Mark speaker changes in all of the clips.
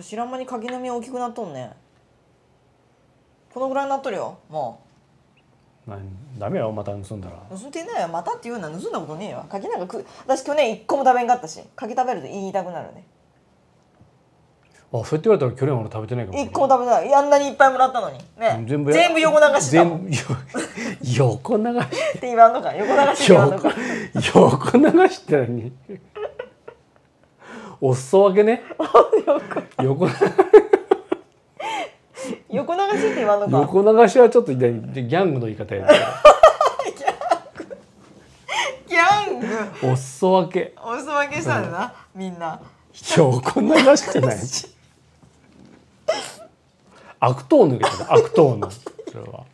Speaker 1: 知らん間に柿の実大きくなっとんねこのぐらいになっとるよも
Speaker 2: まあダメよまた盗んだら
Speaker 1: う盗んでないよまたって言うな盗んだことねえよ柿なんかく私去年一個も食べんかったし柿食べると言いたくなるね
Speaker 2: あそうやって言われたら去年俺食べてないかも
Speaker 1: 一個も食べたいあんなにいっぱいもらったのにね
Speaker 2: 全
Speaker 1: 全
Speaker 2: 部
Speaker 1: 部横流しだもんっ
Speaker 2: 全部 よ横流して
Speaker 1: 言わんのか 横流しってて言わんの
Speaker 2: 横
Speaker 1: か
Speaker 2: 横流して何 お裾分け ね横流
Speaker 1: 横流しって言わんのか
Speaker 2: 横流しはちょっと何ギャングの言い 方やね
Speaker 1: ギャング
Speaker 2: お裾分け
Speaker 1: お裾分けしたんだなみんな
Speaker 2: 横流してない悪党の言い方悪党のそれは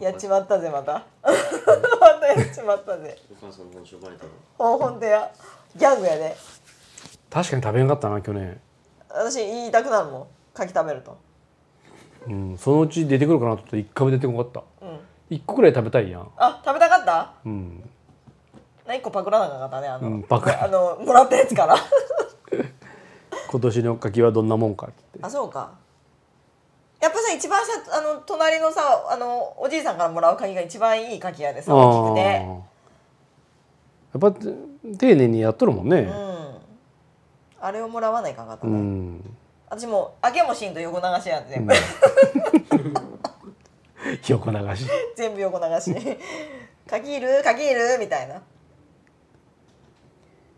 Speaker 1: やっちまったぜまた またやっちまったぜ
Speaker 3: お母さんの本性バレたの
Speaker 1: ほんほんとやギャングやで
Speaker 2: 確かに食べんかったな去年
Speaker 1: 私言いたくなるもん柿食べると
Speaker 2: うんそのうち出てくるかなと思って一回も出てこなかった
Speaker 1: うん
Speaker 2: 一個くらい食べたいやん
Speaker 1: あ食べたかった
Speaker 2: うん
Speaker 1: な一個パクらなかったねあの、
Speaker 2: うんパク
Speaker 1: あのもらったやつから
Speaker 2: 今年の柿はどんなもんかって
Speaker 1: あそうかやっぱさ一番さあの隣のさあのおじいさんからもらう柿が一番いい柿やでさ大きくて
Speaker 2: あーやっぱ丁寧にやっとるもん
Speaker 1: う
Speaker 2: ね、
Speaker 1: んあれをもらわないかんかった
Speaker 2: う
Speaker 1: ね、
Speaker 2: ん
Speaker 1: 私もう揚げもしんと横流しやん全部、
Speaker 2: 横流し
Speaker 1: 全部横流 し柿いる柿いるみたいな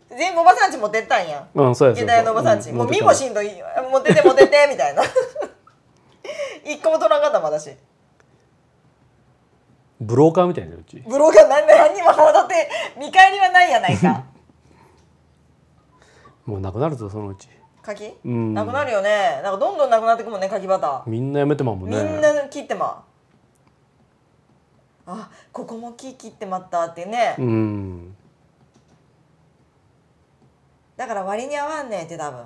Speaker 1: 全部おばさんち持ってったんや
Speaker 2: うんそうやそ
Speaker 1: 下
Speaker 2: う
Speaker 1: 駄屋のおばさんち、
Speaker 2: う
Speaker 1: もう
Speaker 2: 持って
Speaker 1: 見
Speaker 2: た
Speaker 1: もしんどい持ってて持っててみたいな 一個も取らんかったもん私
Speaker 2: ブローカーみたいなうち
Speaker 1: ブローカー何何にも腹立って見返りはないやない か
Speaker 2: もうなくなるぞそのうち
Speaker 1: 柿、
Speaker 2: うん
Speaker 1: なくなるよねなんかどんどんなくなってくもんね柿バター
Speaker 2: みんなやめてまうもん
Speaker 1: み
Speaker 2: ね
Speaker 1: んな切ってまうあここも木切ってまったってね、
Speaker 2: うん
Speaker 1: だから割に合わんねんって多分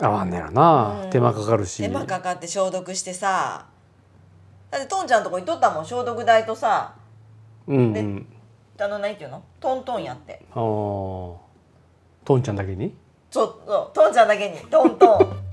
Speaker 2: 合わんねやろな、
Speaker 1: うん
Speaker 2: 手間かかるし
Speaker 1: 手間かかって消毒してさだってトンちゃんとこ行っとったもん消毒代とさ
Speaker 2: うんうん
Speaker 1: あの何ていうのトントンやって
Speaker 2: ああトンちゃんだけに
Speaker 1: ちょっとトンちゃんだけにトントン